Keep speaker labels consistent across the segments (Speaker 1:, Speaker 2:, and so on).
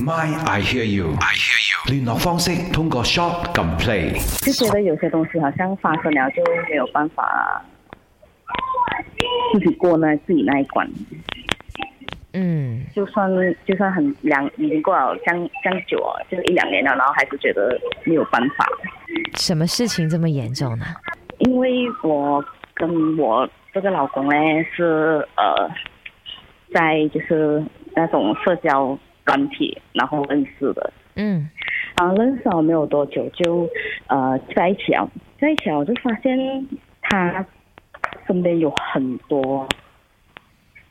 Speaker 1: My I hear you，I hear you。聯絡方式通過 Shop 撳 Play。
Speaker 2: 就觉得有些东西好像发生了就没有办法自己过那自己那一关，
Speaker 3: 嗯，
Speaker 2: 就算就算很两已经过了将将久哦，就是一两年了，然后还是觉得没有办法，
Speaker 3: 什么事情这么严重呢？
Speaker 2: 因为我跟我这个老公呢是呃，在就是那种社交软体然后认识的，
Speaker 3: 嗯
Speaker 2: 然后认识了没有多久就呃在一起啊，在一起啊，我就发现他身边有很多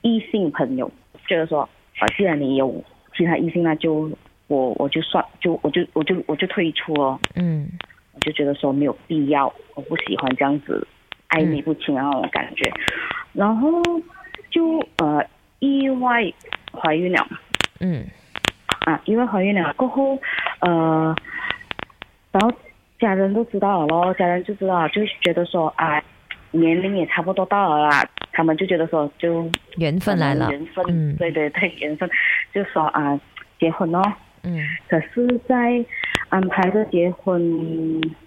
Speaker 2: 异性朋友，就是说啊，既然你有其他异性，那就我我就算就我就我就我就退出了，
Speaker 3: 嗯
Speaker 2: 我就觉得说没有必要，我不喜欢这样子暧昧不清的那种感觉，然后就呃意外怀孕了。
Speaker 3: 嗯
Speaker 2: 啊，因为怀孕了过后，呃，然后家人都知道了咯，家人就知道了，就觉得说啊，年龄也差不多到了啦，他们就觉得说就
Speaker 3: 缘分来了
Speaker 2: 缘分，
Speaker 3: 嗯
Speaker 2: 对对对，缘分，就说啊，结婚咯。
Speaker 3: 嗯
Speaker 2: 可是，在安排着结婚，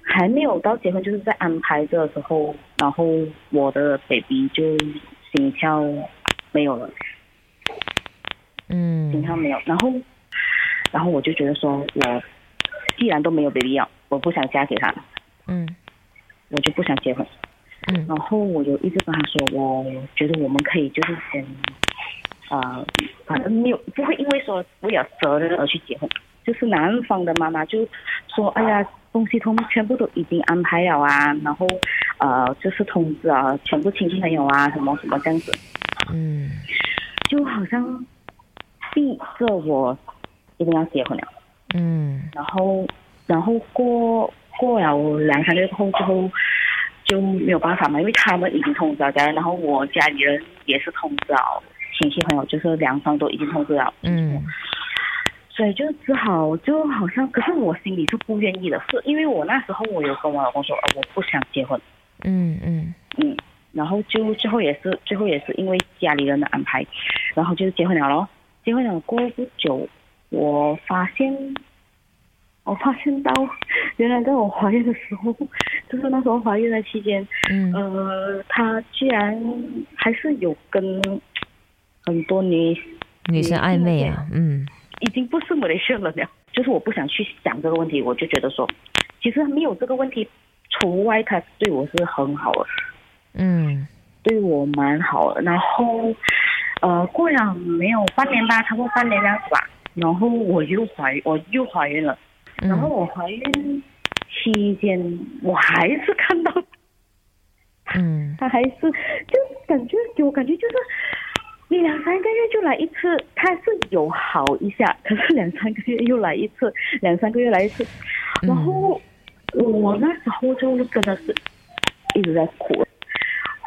Speaker 2: 还没有到结婚，就是在安排着的时候，然后我的 baby 就心跳没有了。平
Speaker 3: 嗯
Speaker 2: 常没有。然后，然后我就觉得说，我既然都没有 baby 要，我不想嫁给他，
Speaker 3: 嗯
Speaker 2: 我就不想结婚。
Speaker 3: 嗯
Speaker 2: 然后我就一直跟他说，我觉得我们可以就是先，呃，反正没有不会因为说为了责任而去结婚。就是男方的妈妈就说，哎呀，东西通全部都已经安排了啊，然后呃，就是通知啊，全部亲戚朋友啊，什么什么这样子。
Speaker 3: 嗯
Speaker 2: 就好像逼着我一定要结婚了。
Speaker 3: 嗯
Speaker 2: 然后，然后过过了两三个月后之后就没有办法嘛，因为他们已经通知了家人，然后我家里人也是通知了亲戚朋友，就是两方都已经通知了，
Speaker 3: 嗯，
Speaker 2: 所以就只好就好像，可是我心里是不愿意的，是因为我那时候我有跟我老公说，呃，我不想结婚，
Speaker 3: 嗯嗯
Speaker 2: 嗯，然后就最后也是最后也是因为家里人的安排，然后就结婚了咯。结婚了过不久，我发现，我发现到原来在我怀孕的时候，就是那时候怀孕的期间，
Speaker 3: 嗯
Speaker 2: 呃，他居然还是有跟很多女
Speaker 3: 女生暧昧啊，嗯
Speaker 2: 已经不是马来西亚人了。就是我不想去想这个问题，我就觉得说，其实没有这个问题除外，他对我是很好的。
Speaker 3: 嗯
Speaker 2: 对我蛮好的。然后，呃，过了没有半年吧，差不多半年这样子吧。然后我又怀，我又怀孕了。然后
Speaker 3: 嗯
Speaker 2: 我怀孕期间，我还是看到
Speaker 3: 嗯
Speaker 2: 他还是，就感觉给我感觉就是，你两三个月就来一次，他是有好一下，可是两三个月又来一次，两三个月来一次。
Speaker 3: 嗯
Speaker 2: 然后我那时候就真的是一直在哭。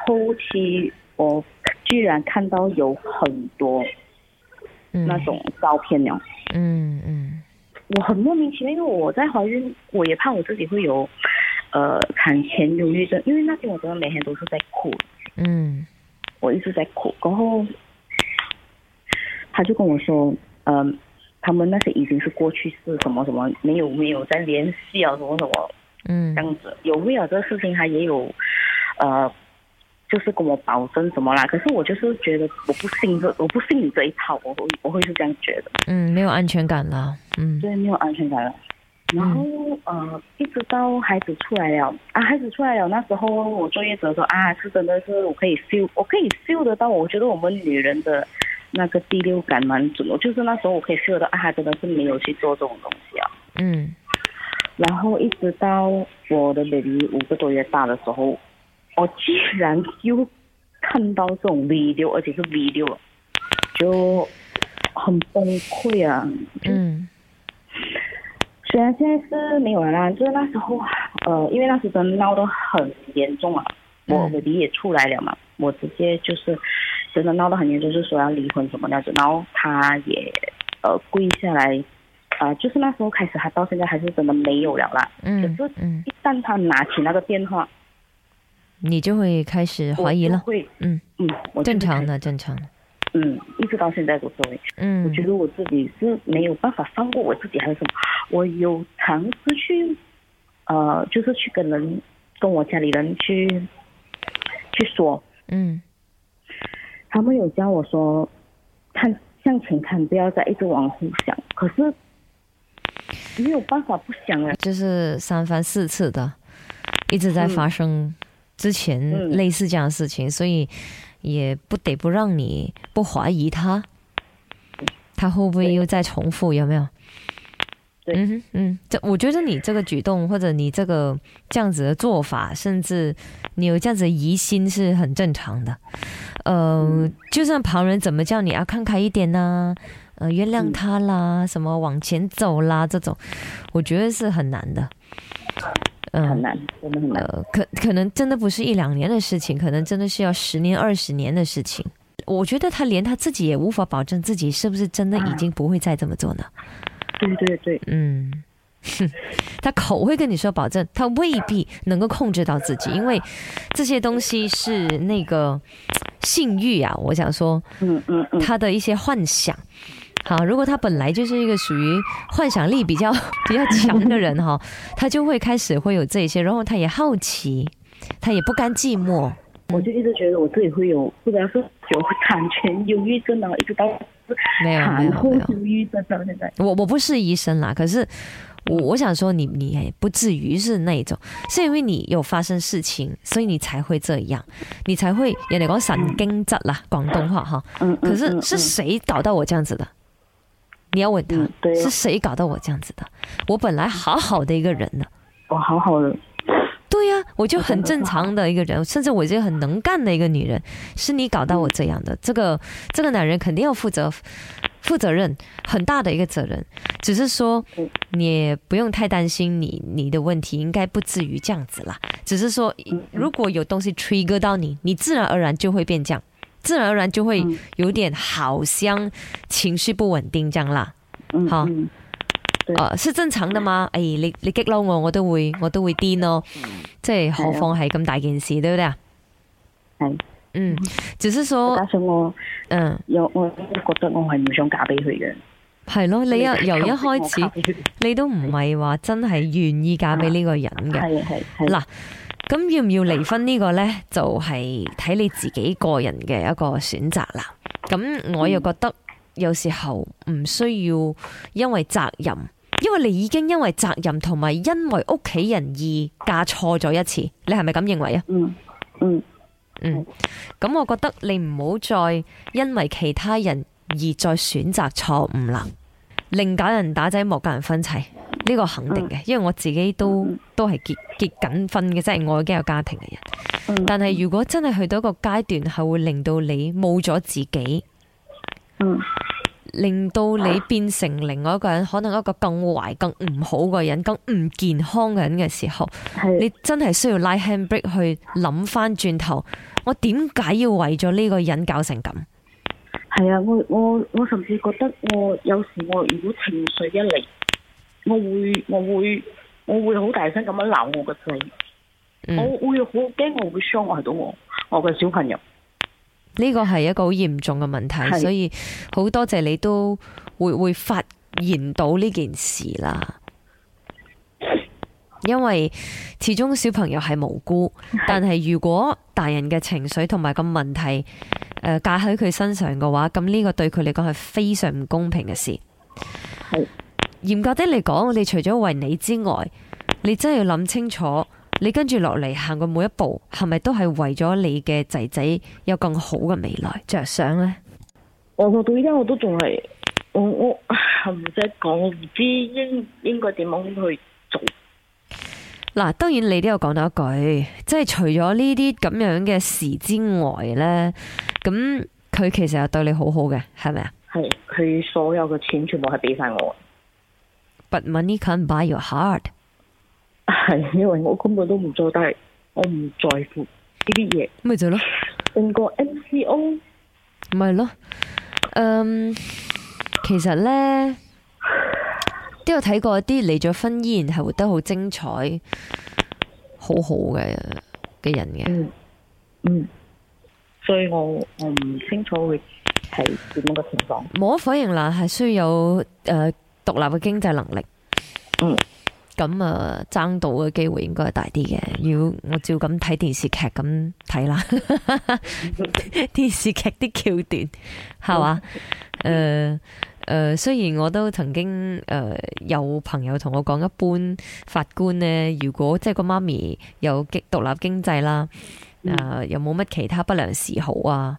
Speaker 2: 后期我居然看到有很多
Speaker 3: 嗯
Speaker 2: 那种照片了，
Speaker 3: 嗯嗯
Speaker 2: 我很莫名其妙，因为我在怀孕，我也怕我自己会有呃产前忧郁症，因为那天我真的每天都是在哭，
Speaker 3: 嗯
Speaker 2: 我一直在哭。然后他就跟我说，嗯、他们那些已经是过去式，什么什么，没有没有再联系啊，什么什么。
Speaker 3: 嗯
Speaker 2: 这样子。有为了这个事情，他也有呃，就是跟我保证什么啦。可是我就是觉得我不信这，我不信你这一套，我会我会是这样觉得，
Speaker 3: 嗯，没有安全感了，嗯
Speaker 2: 所以没有安全感了。然后呃，一直到孩子出来了啊，孩子出来了，那时候我坐月子的时候啊，是真的是我可以 feel，我可以 feel 得到，我觉得我们女人的那个第六感蛮准的，我就是那时候我可以 feel 得到啊，她真的是没有去做这种东西啊。
Speaker 3: 嗯
Speaker 2: 然后一直到我的 baby 五个多月大的时候，我居然又看到这种 video，而且是 video，就很崩溃啊！
Speaker 3: 嗯
Speaker 2: 虽然现在是没有了啦，就是那时候，呃，因为那时真的闹得很严重啊，我
Speaker 3: 嗯
Speaker 2: baby 也出来了嘛，我直接就是真的闹得很严重，就说要离婚什么那种，然后他也呃跪下来，啊、就是那时候开始，他到现在还是真的没有了啦。
Speaker 3: 嗯嗯，
Speaker 2: 一旦他拿起那个电话，
Speaker 3: 你就会开始怀疑
Speaker 2: 我
Speaker 3: 了
Speaker 2: 就，会，
Speaker 3: 嗯
Speaker 2: 嗯，我就
Speaker 3: 正
Speaker 2: 会
Speaker 3: 常
Speaker 2: 开始
Speaker 3: 的，正常的，
Speaker 2: 嗯，一直到现在都是。
Speaker 3: 嗯，
Speaker 2: 我觉得我自己是没有办法放过我自己，还是什么？我有尝试去，呃，就是去跟人，跟我家里人去，去说，
Speaker 3: 嗯
Speaker 2: 他们有教我说，看向前看，不要再一直往后想。可是没有办法不想啊，
Speaker 3: 就是三番四次的一直在发生之前
Speaker 2: 嗯
Speaker 3: 类似这样的事情，所以也不得不让你不怀疑他，他会不会
Speaker 2: 对
Speaker 3: 又在重复？有没有？
Speaker 2: 对
Speaker 3: 嗯哼嗯，这我觉得你这个举动或者你这个这样子的做法，甚至你有这样子的疑心是很正常的。呃，就算旁人怎么叫你啊，看开一点呐、呃，原谅
Speaker 2: 嗯
Speaker 3: 他啦，什么往前走啦，这种，我觉得是很难的。嗯、
Speaker 2: 很难，真的很难。
Speaker 3: 呃，可可能真的不是一两年的事情，可能真的是要十年、二十年的事情。我觉得他连他自己也无法保证自己是不是真的已经不会再这么做呢。
Speaker 2: 对对对，
Speaker 3: 嗯， 哼他口会跟你说保证，他未必能够控制到自己，因为这些东西是那个性欲啊，我想说，
Speaker 2: 嗯嗯嗯，
Speaker 3: 他的一些幻想。好，如果他本来就是一个属于幻想力比较比较强的人哈，他就会开始会有这些，然后他也好奇，他也不甘寂寞。
Speaker 2: 我就一直觉得我自己会有，不知道是有产前忧郁症啊，一直到
Speaker 3: 没有嗯没
Speaker 2: 产
Speaker 3: 有
Speaker 2: 后
Speaker 3: 没有，
Speaker 2: 忧郁症到现在。
Speaker 3: 我我不是医生啦，可是我我想说你你也不至于是那一种，是因为你有发生事情，所以你才会这样，你才会人哋讲神经质啦，广东话哈。
Speaker 2: 嗯，嗯
Speaker 3: 可是
Speaker 2: 嗯
Speaker 3: 是
Speaker 2: 嗯
Speaker 3: 谁搞到我这样子的？你要问他、
Speaker 2: 嗯对啊
Speaker 3: 是谁搞到我这样子的？我本来好好的一个人呢，
Speaker 2: 我好好的，
Speaker 3: 对呀、我 就很
Speaker 2: 我真
Speaker 3: 正
Speaker 2: 的是好
Speaker 3: 常的一个人，甚至我是很能干的一个女人，是你搞到我这样的。这个这个男人肯定要负责负责任，很大的一个责任。只是说
Speaker 2: 嗯
Speaker 3: 你也不用太担心你你的问题，应该不至于这样子啦。只是说
Speaker 2: 嗯
Speaker 3: 如果有东西 trigger 到你，你自然而然就会变这样，自然而然就会
Speaker 2: 嗯
Speaker 3: 有点好像情绪不稳定这样啦。
Speaker 2: 嗯，
Speaker 3: 好
Speaker 2: 嗯对
Speaker 3: 呃，是正常噶嘛？诶、你你激嬲我，我都會我都會癲咯。即係何況係咁大件事，對不對啊？
Speaker 2: 係
Speaker 3: 嗯，只是
Speaker 2: 加
Speaker 3: 說，
Speaker 2: 上我
Speaker 3: 嗯，
Speaker 2: 有我覺得我係唔想嫁俾佢嘅。
Speaker 3: 係咯， 你由由一開始，
Speaker 2: 始
Speaker 3: 你都唔係話真係願意嫁俾呢個人嘅。
Speaker 2: 係係係
Speaker 3: 嗱，咁要唔要離婚呢個呢？就係睇你自己個人嘅一個選擇啦。咁我又覺得有時候唔需要因為責任，因為你已經因為責任同埋因為屋企人而嫁錯咗一次，你係咪咁認為啊？
Speaker 2: 嗯嗯
Speaker 3: 嗯，咁我覺得你唔好再因為其他人而再選擇錯誤啦。寧搞人打仔，莫教人分妻，呢、個肯定嘅，因為我自己都
Speaker 2: 嗯
Speaker 3: 都係結結緊婚嘅，即係我已經有家庭嘅人。
Speaker 2: 嗯，
Speaker 3: 但係如果真係去到一個階段，係會令到你冇咗自己，
Speaker 2: 嗯
Speaker 3: 令到你變成另外一個人，可能一個更壞、更唔好嘅人，更唔健康嘅人嘅時候，
Speaker 2: 係
Speaker 3: 你真係需要拉 handbrake 去諗翻轉頭，我點解要為咗呢個人搞成咁？
Speaker 2: 係啊！我我我甚至覺得我有時我如果情緒一嚟，我會我會我會好大聲咁樣鬧我個仔，
Speaker 3: 嗯，
Speaker 2: 我會好驚我會傷害到我我嘅小朋友。
Speaker 3: 呢個係一個好嚴重嘅問題，
Speaker 2: 係
Speaker 3: 所以好多謝你都會會發現到呢件事啦。因為始終小朋友係無辜，但係如果大人嘅情緒同埋個問題，呃嫁喺佢身上嘅話，咁呢個對佢嚟講係非常唔公平嘅事。
Speaker 2: 係
Speaker 3: 嚴格啲嚟講，你除咗為你之外，你真係要諗清楚，你跟住落嚟行嘅每一步，係咪都係為咗你嘅仔仔有更好嘅未來着想呢？
Speaker 2: 我我到依家我都仲係我我唔識講，我唔知應應該點樣去做。
Speaker 3: 嗱，當然你都有講到一句，即係除咗呢啲咁樣嘅事之外呢，咁佢其實係對你好好嘅，係咪啊
Speaker 2: 係佢所有嘅錢全部係俾晒我，
Speaker 3: ？But money can't buy your heart。
Speaker 2: 係因為我根本都唔做，但係我唔在乎呢啲嘢。
Speaker 3: 咪就係咯，
Speaker 2: 定個 MCO
Speaker 3: 咪咯，嗯，其實呢，都有睇過一啲離咗婚依然係活得好精彩、好好嘅嘅人嘅。
Speaker 2: 嗯嗯，所以我我唔清楚佢係點樣嘅情況？
Speaker 3: 無呃可否認啦，係需要有诶独立嘅經濟能力。
Speaker 2: 嗯。
Speaker 3: 咁啊，爭到嘅機會應該係大啲嘅。要我照咁睇電視劇咁睇啦， 電視劇啲橋段係
Speaker 2: 嗯
Speaker 3: 嘛？诶诶、呃雖然我都曾經诶、呃有朋友同我講，一般法官呢，如果即係個媽咪有經獨立經濟啦，诶、
Speaker 2: 嗯
Speaker 3: 又冇乜其他不良嗜好啊，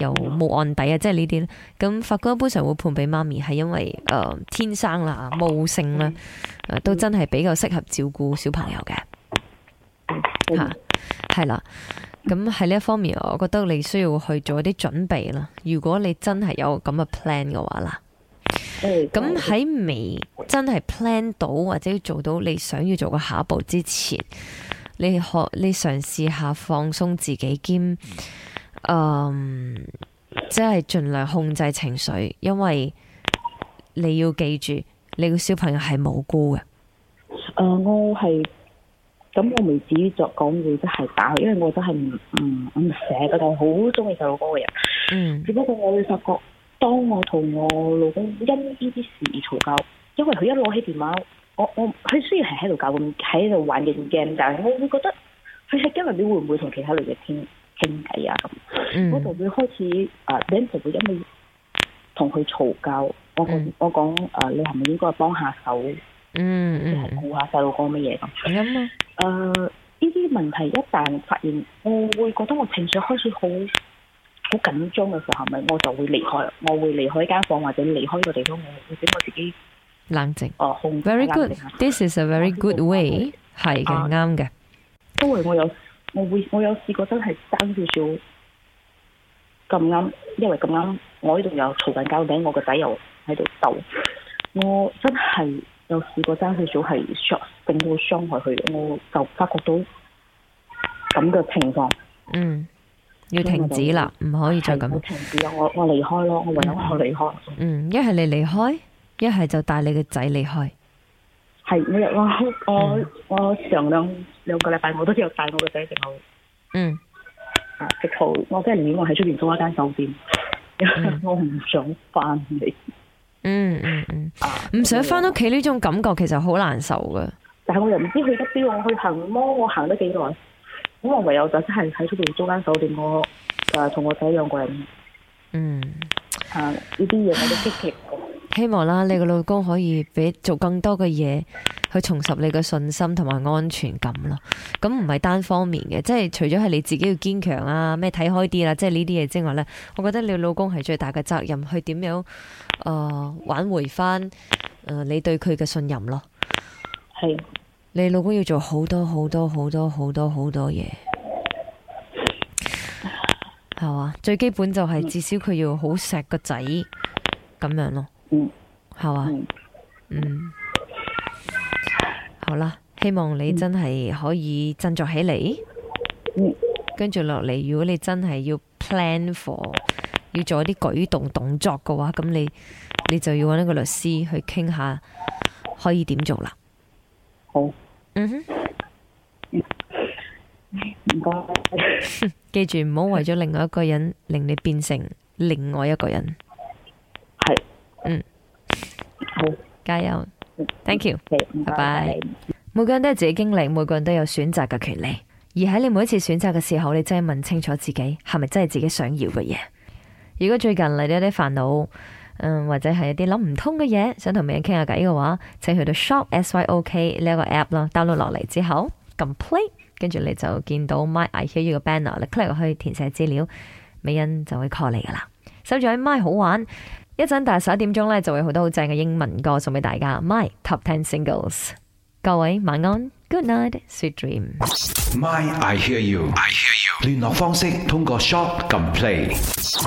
Speaker 3: 又冇案底啊，即係呢啲咧咁法官一般上會判俾媽咪，係因為誒、呃天生啦、母性啦，呃都真係比較適合照顧小朋友嘅嚇，
Speaker 2: 嗯
Speaker 3: 係啦。咁喺呢一方面，我覺得你需要去做一啲準備啦。如果你真係有咁嘅 plan 嘅話啦，咁喺未真係 plan 到或者要做到你想要做嘅下一步之前，你學你嘗試下放鬆自己兼，嗯，即係盡量控制情緒，因為你要記住，你個小朋友係無辜嘅。
Speaker 2: 誒、呃我係咁，我未至於作講會即係打佢，因為我真係唔唔唔捨得，我好中意細路哥嘅人。
Speaker 3: 嗯
Speaker 2: 只不過我會發覺，當我同我老公因呢啲事而嘈交，因為佢一攞起電話，我我佢雖然係喺度搞咁喺度玩嘅 game，但係我會覺得佢係今日你會唔會同其他女嘅傾傾偈啊？咁我就
Speaker 3: 嗯
Speaker 2: 會開始啊，你、就會因為同佢嘈交，我講、
Speaker 3: 嗯
Speaker 2: 我講啊、你係咪應該幫下手，
Speaker 3: 嗯
Speaker 2: 係顧下細路哥乜嘢咁？
Speaker 3: 嗯，咁啊，
Speaker 2: 誒呃呢啲問題一旦發現，我會覺得我情緒開始好好緊張嘅時候，咪我就會離開，我會離開間房或者離開個地方，我會俾我自己誒、
Speaker 3: 冷靜。
Speaker 2: 呃控制
Speaker 3: Very
Speaker 2: 冷
Speaker 3: good.
Speaker 2: 靜下
Speaker 3: This is a very good way. 係嘅，
Speaker 2: 啊
Speaker 3: 啱嘅。
Speaker 2: 因為我有我會我有試過真係爭少少咁啱，因為咁啱我呢度又嘈緊交頂，我個仔又喺度鬥，我真係有試過爭少少係傷令到傷害佢，我就發覺到咁嘅情況。
Speaker 3: 嗯，要停止啦，唔可以再咁
Speaker 2: 我。停止啊！我我離開咯，我唯有我離開。
Speaker 3: 嗯，一係你離開，一係就帶你嘅仔離開。
Speaker 2: 係我我
Speaker 3: 嗯
Speaker 2: 我我上兩兩個禮拜我都有帶我個仔直頭
Speaker 3: 嗯
Speaker 2: 啊直頭，我真係寧願我喺出邊租一間酒店，
Speaker 3: 嗯
Speaker 2: 我唔想翻嚟
Speaker 3: 嗯嗯嗯，
Speaker 2: 啊！
Speaker 3: 唔想翻屋企呢種感覺其實好難受噶。
Speaker 2: 但係我又唔知去得邊，我去行摩我行得幾耐，咁我唯有就真係喺出邊租間酒店，我誒同我仔兩個人
Speaker 3: 嗯，
Speaker 2: 啊呢啲嘢我都積極過。
Speaker 3: 希望啦，你個老公可以俾做更多嘅嘢去重拾你嘅信心同埋安全感咯。咁唔係單方面嘅，即係除咗係你自己要堅強啊，咩睇開啲啦，即係呢啲嘢之外呢，我覺得你老公係最大嘅責任，去點樣呃挽回翻呃你對佢嘅信任咯。
Speaker 2: 係
Speaker 3: 你老公要做好多好多好多好多好多嘢，系嘛？最基本就係至少佢要好錫個仔咁樣咯，
Speaker 2: 嗯
Speaker 3: 係嘛？
Speaker 2: 嗯
Speaker 3: 嗯，好啦，希望你真係可以振作起嚟。
Speaker 2: 嗯
Speaker 3: 跟住落嚟，如果你真係要 plan for 要做一啲舉動動作嘅話，咁你你就要揾一個律師去傾下可以點做啦。
Speaker 2: 好
Speaker 3: 嗯哼。
Speaker 2: 唔該。
Speaker 3: 記住唔好為咗另外一個人令你變成另外一個人。
Speaker 2: 係。
Speaker 3: 嗯。
Speaker 2: 好。
Speaker 3: 加油
Speaker 2: 嗯
Speaker 3: ，Thank you。
Speaker 2: 係
Speaker 3: 拜拜。每個人都有自己經歷，每個人都有選擇嘅權利。而喺你每一次選擇嘅時候，你真係問清楚自己係咪真係自己想要嘅嘢。如果最近嚟到一啲煩惱，嗯，或者係一啲諗唔通嘅嘢，想同美人傾下偈嘅話，請去到 Shop S Y O K 呢一個 app 啦，download 落嚟之後撳 play，跟住你就見到 My I Hear You 嘅 banner，你 click 落去填寫資料，美人就會 call 你噶啦。收住喺 My 好玩，一陣但係十一點鐘呢，就會好多好正嘅英文歌送俾大家。My Top Ten Singles。各位晚安，Good night，sweet dream。
Speaker 1: My I hear you，I hear you。聯絡方式通過 Shop 撳 Play。